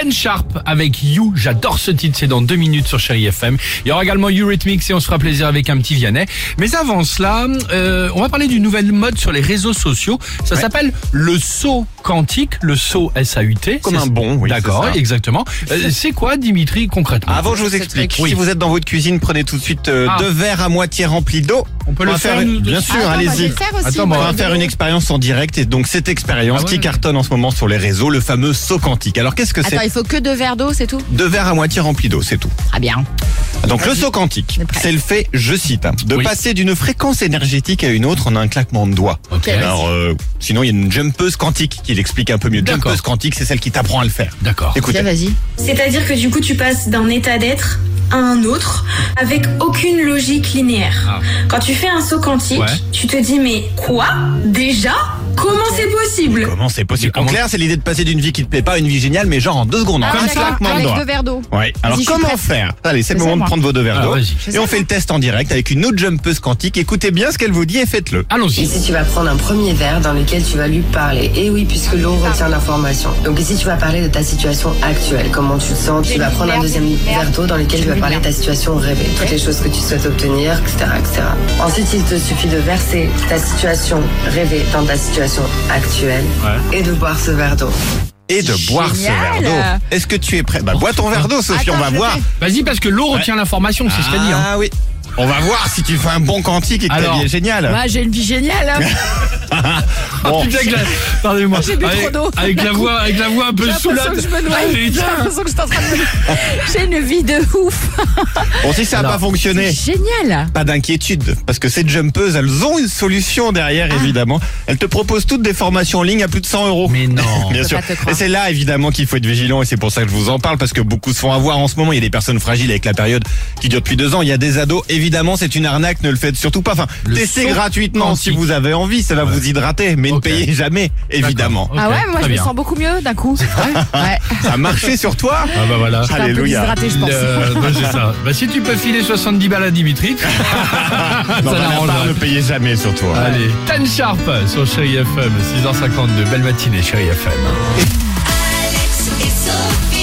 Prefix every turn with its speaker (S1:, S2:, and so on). S1: Shannon Sharp avec You. J'adore ce titre, c'est dans deux minutes sur Chéri FM. Il y aura également Eurythmics et on se fera plaisir avec un petit Vianney. Mais avant cela, euh, on va parler d'une nouvelle mode sur les réseaux sociaux. Ça s'appelle le saut quantique, le saut S-A-U-T.
S2: Comme
S1: C'est-
S2: un bond, oui,
S1: D'accord,
S2: c'est ça.
S1: exactement. Euh, c'est quoi, Dimitri, concrètement
S2: Ah, Avant, je vous
S3: C'est
S2: explique.
S1: très- oui.
S2: Si vous êtes dans votre cuisine, prenez tout de suite euh,
S1: Ah.
S2: deux verres à moitié remplis d'eau.
S1: On peut
S2: va
S1: le faire,
S2: faire
S1: nous, de
S2: bien
S1: suite
S2: sûr,
S3: Attends, bah, je vais
S2: allez-y.
S3: le faire aussi,
S1: Ah, Attends,
S3: moi,
S2: On
S1: bah,
S2: va
S3: je
S2: faire
S3: vais-
S2: une expérience en direct et donc cette expérience
S1: Ah ouais.
S2: qui cartonne en ce moment sur les réseaux, le fameux saut quantique. Alors qu'est-ce que c'est
S3: Attends, il faut que deux verres d'eau, c'est tout
S2: Deux verres à moitié remplis d'eau, c'est tout.
S3: Ah bien.
S2: Donc le saut quantique,
S3: On est prêt.
S2: c'est le fait, je cite, hein, de
S1: Oui.
S2: passer d'une fréquence énergétique à une autre en un claquement de doigts.
S1: Ok.
S2: Alors euh, sinon il y a une jumpeuse quantique qui l'explique un peu mieux.
S1: D'accord.
S2: Jumpeuse quantique, c'est celle qui t'apprend à le faire.
S1: D'accord.
S2: Écoutez.
S3: Tiens, vas-y.
S4: C'est-à-dire que du coup, tu passes d'un état d'être à un autre avec aucune logique linéaire.
S1: Ah.
S4: Quand tu fais un saut quantique,
S1: Ouais.
S4: tu te dis mais quoi Déjà Comment c'est possible
S2: Comment c'est
S1: Mais
S2: possible En
S1: comment-
S2: clair, c'est l'idée de passer d'une vie qui te plaît pas à une vie géniale, mais genre en deux secondes, en
S3: Ah,
S2: un
S3: d'accord,
S2: claquement de
S3: avec
S2: doigts.
S3: deux verres d'eau.
S2: Ouais. Alors
S3: Vas-y, je suis
S2: comment
S3: prête.
S2: faire Allez, c'est le
S3: Fais
S2: moment
S3: ça,
S2: de
S3: moi.
S2: prendre vos deux verres
S1: Alors, Ah,
S2: d'eau.
S1: vas-y.
S3: Fais
S2: Et
S3: ça,
S2: on fait le test en direct avec une autre jumpeuse quantique. Écoutez bien ce qu'elle vous dit et faites-le.
S5: Et
S1: Allons-y.
S5: si tu vas prendre un premier verre dans lequel tu vas lui parler. Et oui, puisque l'eau retient l'information. Donc ici, tu vas parler de ta situation actuelle, comment tu te sens. Tu vas prendre un deuxième verre d'eau dans lequel tu vas parler de ta situation rêvée, toutes les choses que tu souhaites obtenir, etc., etc. Ensuite, il te suffit de verser ta situation rêvée dans ta situation actuelle et de boire ce verre d'eau.
S2: Et de boire ce verre
S3: Génial.
S2: d'eau. Est-ce que tu es prêt Bah bois ton verre d'eau, Sophie,
S3: Attends,
S2: on va
S3: je
S2: voir.
S3: fais.
S1: Vas-y, parce que l'eau retient l'information, c'est ce qu'a dit. hein.
S2: Ah oui. On va voir si tu fais un bon quantique et que ta
S1: Alors.
S2: vie est géniale.
S3: Bah, j'ai une vie géniale. hein.
S2: Ah, Bon.
S1: Oh, putain, avec la- Pardonnez-moi.
S3: J'ai bu trop
S1: Avec,
S3: d'eau.
S1: avec la voix, avec la voix un peu
S3: J'ai l'impression
S1: saoulante.
S3: que je me
S1: Allez,
S3: noie. J'ai l'impression que je suis en train de me- J'ai une vie de ouf.
S2: Bon, si ça n'a
S1: Alors.
S2: pas fonctionné,
S3: C'est génial.
S2: pas d'inquiétude, parce que ces jumpeuses, elles ont une solution derrière,
S3: Ah.
S2: évidemment. Elles te proposent toutes des formations en ligne à plus de 100 euros.
S1: Mais non.
S2: Bien
S3: peut
S2: sûr.
S3: pas te croire.
S2: Et c'est là, évidemment, qu'il faut être vigilant et c'est pour ça que je vous en parle parce que beaucoup se font avoir en ce moment. Il y a des personnes fragiles avec la période qui dure depuis deux ans. Il y a des ados. Évidemment, c'est une arnaque. Ne le faites surtout pas. Enfin,
S1: Le
S2: testez
S1: saut
S2: gratuitement si
S1: quantique.
S2: vous avez envie. Ça va vous hydrater, mais
S1: Ok.
S2: ne payez jamais, évidemment. Hein,
S1: D'accord.
S3: ah
S1: Ok,
S3: ouais, moi
S1: très
S3: je me
S1: bien.
S3: sens beaucoup mieux d'un coup. Ouais.
S2: Ça a marché sur toi?
S1: Ah bah voilà.
S3: J'étais un peu
S2: Alléluia.
S3: déshydratée, je pense.
S1: Le- bah, c'est ça. Bah, si tu peux filer 70 balles à Dimitri, Ah, ça Ah,
S2: Non, bah, la
S1: l'arrangerait.
S2: part, ne payez jamais sur toi.
S1: Allez, Tan Sharp sur Chéri FM, 6h52. Belle matinée, Chéri FM.
S6: Alex et Sophie.